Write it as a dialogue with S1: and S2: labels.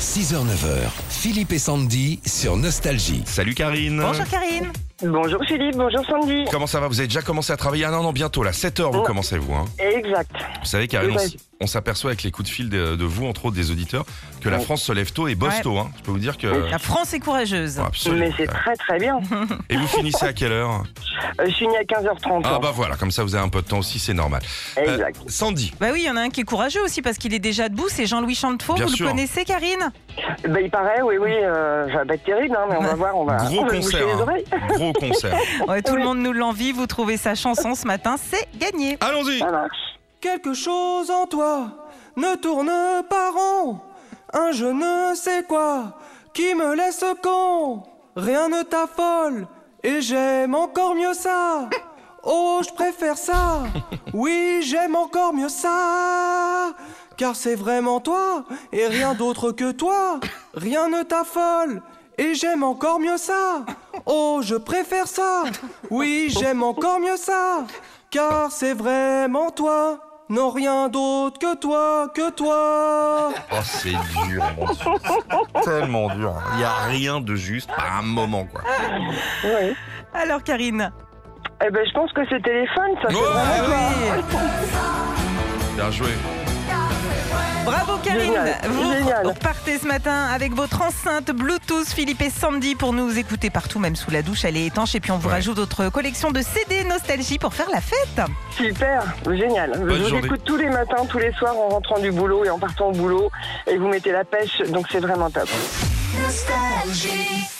S1: 6h-9h, Philippe et Sandy sur Nostalgie.
S2: Salut Karine.
S3: Bonjour Karine.
S4: Bonjour Philippe, bonjour Sandy.
S2: Comment ça va Vous avez déjà commencé à travailler Ah non, non, bientôt là, 7h vous
S4: Ouais.
S2: commencez vous. Hein.
S4: Exact.
S2: Vous savez Karine, on
S4: Oui, bah,
S2: s- on s'aperçoit avec les coups de fil de, de vous, entre autres des auditeurs, que la
S4: Ouais.
S2: France se lève tôt et bosse
S3: Ouais.
S2: tôt. Hein. Je peux vous dire que...
S3: La France est courageuse.
S2: Ouais, absolument. Mhm.
S4: Mais c'est très très bien. Euh,
S2: Et vous finissez à quelle heure
S4: je suis née à 15h30.
S2: Ah bah voilà, comme ça vous avez un peu de temps aussi, c'est normal. Euh,
S4: hein. Exact.
S2: Sandy,
S3: Bah oui, il y en a un qui est courageux aussi parce qu'il est déjà debout, c'est Jean-Louis Chantefaux.
S2: Bien
S3: Vous
S2: sûr.
S3: le connaissez Karine
S4: Bah, il paraît, oui, oui, euh, ça va pas être terrible, hein, mais on va voir, on va,
S2: Gros
S4: on va se
S2: concert,
S4: boucher les
S2: hein.
S4: oreilles.
S2: gros concert.
S3: Ouais, Tout le
S4: Oui.
S3: monde nous l'envie, vous trouvez sa chanson ce matin, c'est gagné.
S2: Allons-y
S4: Ça marche.
S5: Quelque chose en toi ne tourne pas rond. Un je ne sais quoi qui me laisse con. Rien ne t'affole et j'aime encore mieux ça. Oh, je préfère ça. Oui, j'aime encore mieux ça. Car c'est vraiment toi et rien d'autre que toi. Rien ne t'affole et j'aime encore mieux ça. Oh, je préfère ça. Oui, j'aime encore mieux ça. Car c'est vraiment toi. Non, rien d'autre que toi, que toi.
S2: Oh c'est dur, mon Dieu. C'est Tellement dur. hein. Il n'y a rien de juste à un moment quoi.
S4: Ouais.
S3: Alors Karine,
S4: Eh ben, je pense que c'est téléphone, ça. c'est
S2: Ouais,
S4: vraiment
S2: ouais.
S4: bien.
S2: Bien joué.
S3: bravo Karine,
S4: Génial,
S3: vous
S4: génial.
S3: partez ce matin avec votre enceinte Bluetooth Philippe et Sandy pour nous écouter partout, même sous la douche, elle est étanche et puis on vous
S2: Ouais.
S3: rajoute votre collection de CD Nostalgie pour faire la fête.
S4: Super, génial. je vous
S2: journée.
S4: écoute tous les matins, tous les soirs en rentrant du boulot et en partant au boulot. Et vous mettez la pêche, donc c'est vraiment top.
S6: Nostalgie.